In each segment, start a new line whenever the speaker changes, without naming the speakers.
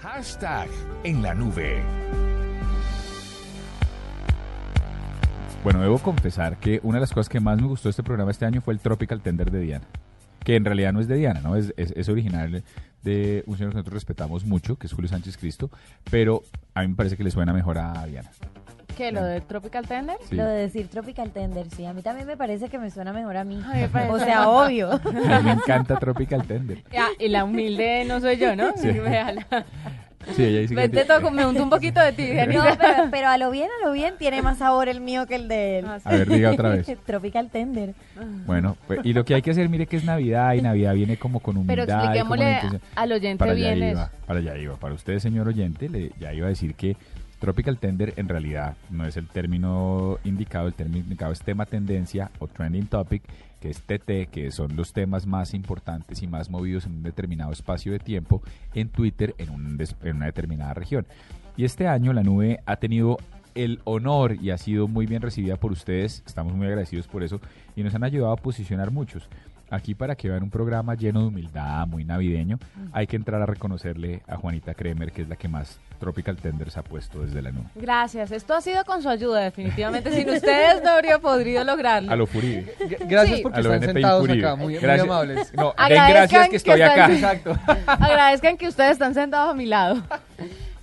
Hashtag en la nube.
Bueno, debo confesar que una de las cosas que más me gustó de este programa este año fue el Tropical Tender de Diana. Que en realidad no es de Diana, ¿no? Es, es, es original de un señor que nosotros respetamos mucho, que es Julio Sánchez Cristo, pero a mí me parece que le suena mejor a Diana.
¿Qué? ¿Lo de Tropical Tender?
Sí.
Lo de decir Tropical Tender, sí. A mí también me parece que me suena mejor a mí.
Ay, me parece-
O sea, obvio.
A mí me encanta Tropical Tender.
Ah, y la humilde no soy yo, ¿no?
Sí.
Véala.
Sí, ella dice que-
Vente, toco, me unto un poquito de ti,
No,
Dianita.
pero, pero a lo bien, a lo bien, tiene más sabor el mío que el de él.
Ah, sí.
A ver, diga otra vez.
Tropical Tender.
Bueno, pues, y lo que hay que hacer, mire que es Navidad y Navidad viene como con
Pero
humildad. y como
expliquémosle
intención.
al oyente
para allá
bien eso.
iba, para allá iba. Para usted, señor oyente, le, ya iba a decir que Tropical Tender en realidad no es el término indicado, el término indicado es tema tendencia o trending topic, que es TT, que son los temas más importantes y más movidos en un determinado espacio de tiempo en Twitter en, un des- en una determinada región. Y este año la nube ha tenido el honor y ha sido muy bien recibida por ustedes, estamos muy agradecidos por eso y nos han ayudado a posicionar muchos. Aquí para que vean un programa lleno de humildad, muy navideño, hay que entrar a reconocerle a Juanita Kremer, que es la que más Tropical Tenders ha puesto desde la nube.
Gracias, esto ha sido con su ayuda, definitivamente. Sin ustedes no habría podido lograrlo.
A lo Furibe.
G- Gracias
Sí.
A
porque
lo
están
NPI
sentados
Furibe.
acá, muy, muy
Gracias.
amables.
No, den
Agradezcan
gracias
que
que estoy
están-
acá.
Exacto.
Agradezcan que ustedes están sentados a mi lado.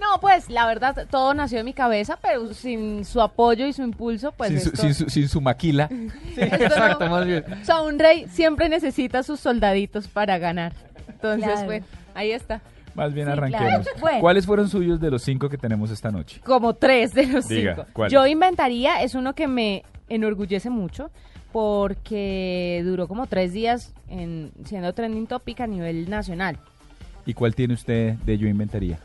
No, pues la verdad, todo nació en mi cabeza, pero sin su apoyo y su impulso, pues.
sin, su,
esto-
sin su- sin su maquila.
Sí, exacto, más bien.
O sea, un rey siempre necesita sus soldaditos para ganar. Entonces,
Claro.
bueno, ahí está.
Más bien
Sí, claro.
arranquemos.
Bueno.
¿Cuáles fueron suyos de los cinco que tenemos esta noche?
Como tres de los
Diga,
cinco.
¿cuál?
Yo inventaría, es uno que me enorgullece mucho porque duró como tres días en, siendo trending topic a nivel nacional.
¿Y cuál tiene usted de Yo Inventaría?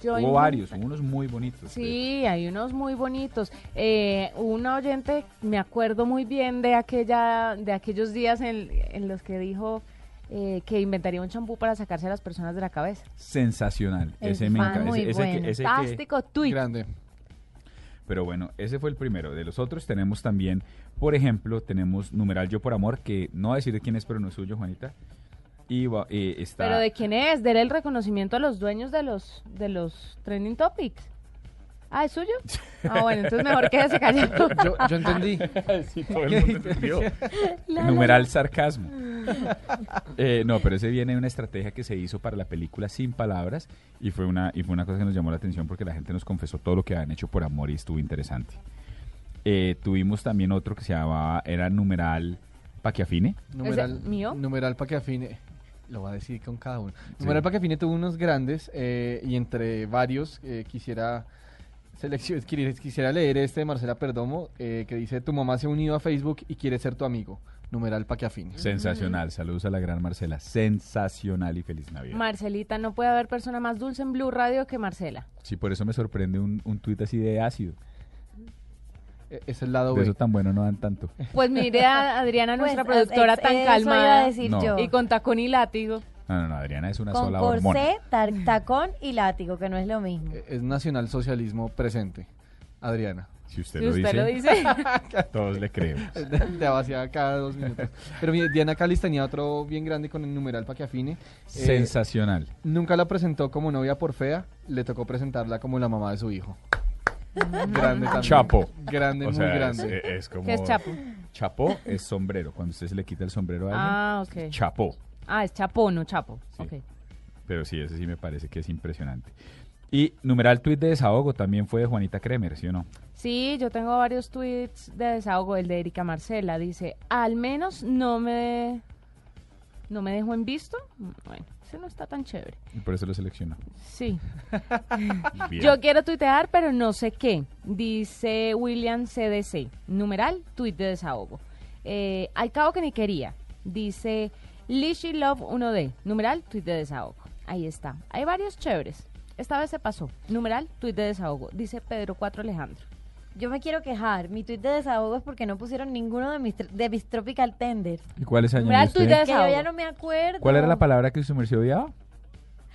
Yo
Hubo
inven-
varios, unos muy bonitos.
Sí, hay unos muy bonitos. Eh, una oyente, me acuerdo muy bien de aquella, de aquellos días en, en los que dijo eh, que inventaría un champú para sacarse a las personas de la cabeza.
Sensacional.
El
Ese me
fan
encanta.
muy
Ese, ese que-
bueno.
ese que-
Fantástico tweet.
Grande.
Pero bueno, ese fue el primero. De los otros tenemos también, por ejemplo, tenemos numeral Yo por Amor, que no voy a decir de quién es, pero no es suyo, Juanita. Y va- eh, está...
Pero de quién es, dar el reconocimiento a los dueños de los de los trending topics. Ah, ¿es suyo? Ah, bueno, entonces mejor quédese callado.
Yo, yo entendí.
Sí, todo el mundo entendió. Numeral sarcasmo. Eh, no, pero ese viene de una estrategia que se hizo para la película Sin Palabras y fue, una, y fue una cosa que nos llamó la atención porque la gente nos confesó todo lo que habían hecho por amor y estuvo interesante. Eh, tuvimos también otro que se llamaba, era numeral pa' que afine.
Numeral,
mío?
Numeral para que afine. Lo va a decir con cada uno. Numeral para que afine tuvo unos grandes eh, y entre varios eh, quisiera selección, quisiera- quisiera leer este de Marcela Perdomo eh, que dice tu mamá se ha unido a Facebook y quiere ser tu amigo. Numeral para que afine.
Sensacional. Saludos a la gran Marcela. Sensacional y feliz Navidad.
Marcelita, no puede haber persona más dulce en Blue Radio que Marcela.
sí, por eso me sorprende un, un tuit así de ácido.
E- es el lado
De
B.
eso tan bueno no dan tanto.
Pues mire a Adriana, nuestra
Pues,
productora
ex-
tan
eso iba a
calmada
decir
No.
yo.
y con tacón y látigo.
No, no, no. Adriana es una
Con
sola
corsé,
hormona.
tar- tacón y látigo, que no es lo mismo.
Eh, Es nacionalsocialismo presente. Adriana.
Si usted,
Si
lo,
usted
dice,
lo dice.
todos le creemos.
Te vaciaba cada dos minutos. Pero mire, Diana Calis tenía otro bien grande con el numeral para que afine. Eh,
Sensacional.
nunca la presentó como novia por fea, le tocó presentarla como la mamá de su hijo.
Ah,
grande también.
Chapo.
Grande,
O
muy
sea, es- eh,
grande.
Es, como...
¿Qué es chapo?
Chapo es sombrero. Cuando usted se le quita el sombrero a alguien,
Ah, ok.
chapo.
Ah, es chapón, no chapo.
Sí.
Ok.
Pero sí, ese sí me parece que es impresionante. Y numeral tuit de desahogo también fue de Juanita Kremer, ¿sí o no?
Sí, yo tengo varios tweets de desahogo. El de Erika Marcela dice, al menos no me, no me dejo en visto. Bueno, ese no está tan chévere.
Y por eso lo seleccionó.
Sí.
Bien.
Yo quiero tuitear, pero no sé qué. Dice William CDC. Numeral, tuit de desahogo. Eh, al cabo que ni quería. Dice Lishi Love 1D. Numeral, tuit de desahogo. Ahí está. Hay varios chéveres. Esta vez se pasó. Numeral, tuit de desahogo. Dice Pedro 4 Alejandro.
Yo me quiero quejar. Mi tuit de desahogo es porque no pusieron ninguno de mis, tr- de mis Tropical Tender.
¿Y cuál es
Numeral tuit de
Que yo
desahogo.
ya no me acuerdo.
¿Cuál era la palabra que su merced odiaba?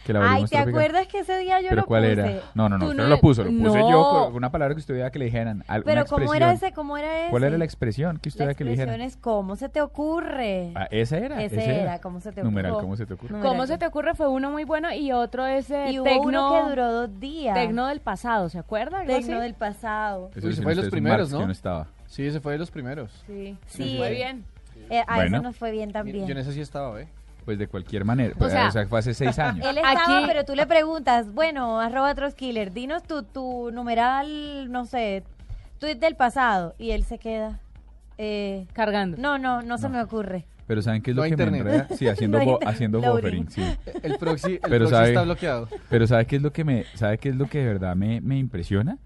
que la
Ay,
volvimos
¿te
tropical.
acuerdas que ese día yo
¿Pero
lo
cuál
puse?
era? No, no, no,
Tú
usted no,
no
lo
le-
puso, lo puse yo
No.
con una palabra que usted veía que le dijeran. al- una
Pero ¿cómo era
expresión.
ese? ¿Cómo era ese?
¿Cuál era la expresión que usted
La
veía que le
expresión
dijeran?
es ¿cómo se te ocurre?
Ah, esa era,
Ese
esa
era, ¿cómo se te
Numeral,
ocurrió?
¿cómo se te ocurre?
No.
¿Cómo se te ocurre? Fue uno muy bueno y otro es eh,
y hubo uno que
tecno,
duró dos días.
tecno del pasado, ¿se acuerda? Algo
Tecno
así.
del pasado.
Eso
Uy,
sí
se fue
no sé,
de los
es un
primeros,
Marx que
¿no?
no estaba.
Sí, ese fue de los primeros.
Sí,
Sí,
sí,
eh.
muy bien.
Eh, a
Bueno.
eso nos fue bien también.
Yo en ese sí estaba, ¿eh?
Pues de cualquier manera, pues, o, sea,
sea-
fue hace seis años.
Él estaba,
Aquí-
pero tú le preguntas, bueno, arroba Troskiller, dinos tu, tu numeral, no sé, tweet del pasado. Y él se queda. eh,
Cargando.
no, no, no se
No.
me ocurre.
Pero ¿saben qué es lo
No hay
que me
internet.
enreda? Sí, haciendo,
No hay
bo-
inter-
haciendo
Laurín.
buffering, sí.
El proxy, el
Pero
proxy
sabe-
está bloqueado.
Pero ¿sabe qué es lo que me, sabe qué es lo que de verdad me, me impresiona?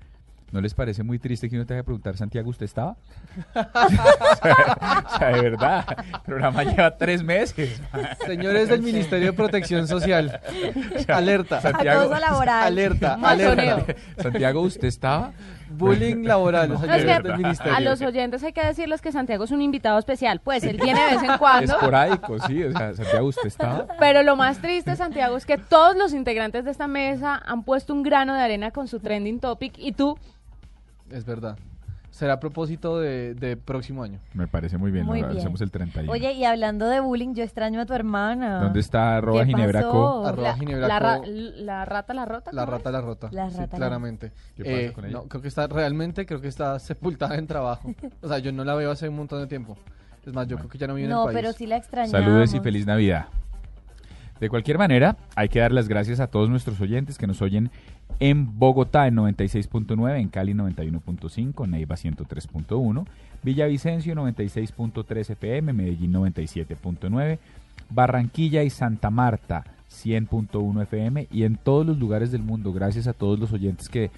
¿No les parece muy triste que uno te haya preguntar, Santiago, ¿usted estaba? o, sea, o sea, de verdad, el programa lleva tres meses.
Señores del Ministerio de Protección Social, alerta,
Santiago-
Acoso laboral.
alerta,
Masoneo.
alerta.
Santiago, ¿usted estaba?
Bullying laboral,
No,
No, es
señores
que
del Ministerio.
a los oyentes hay que decirles que Santiago es un invitado especial, pues él viene de vez en
Ah,
cuando.
Esporádico, sí. O sea, Santiago, ¿usted estaba?
Pero lo más triste, Santiago, es que todos los integrantes de esta mesa han puesto un grano de arena con su trending topic y tú,
Es verdad. Será a propósito de, de próximo año.
Me parece muy bien,
Muy
lo
bien.
hacemos el 31.
Oye, y hablando de bullying, yo extraño a tu hermana.
¿Dónde está arroba
¿Qué
ginebraco?
pasó?
Arroba
la,
Ginebra
la ra-
Co-
la rata, la rota.
La
¿cómo
rata, la rota.
La
sí,
rata, la
claramente. Eh,
¿Qué pasa con ella?
No, creo que está, realmente creo que está sepultada en trabajo. O sea, yo no la veo hace un montón de tiempo. Es más, yo creo que ya no vive
No,
en el país.
pero sí la extrañamos.
Saludes y feliz Navidad. De cualquier manera, hay que dar las gracias a todos nuestros oyentes que nos oyen en Bogotá en 96.9, en Cali 91.5, Neiva 103.1, Villavicencio 96.3 FM, Medellín 97.9, Barranquilla y Santa Marta 100.1 FM y en todos los lugares del mundo. Gracias a todos los oyentes que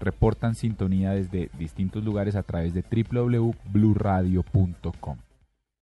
reportan sintonía desde distintos lugares a través de www.bluradio.com.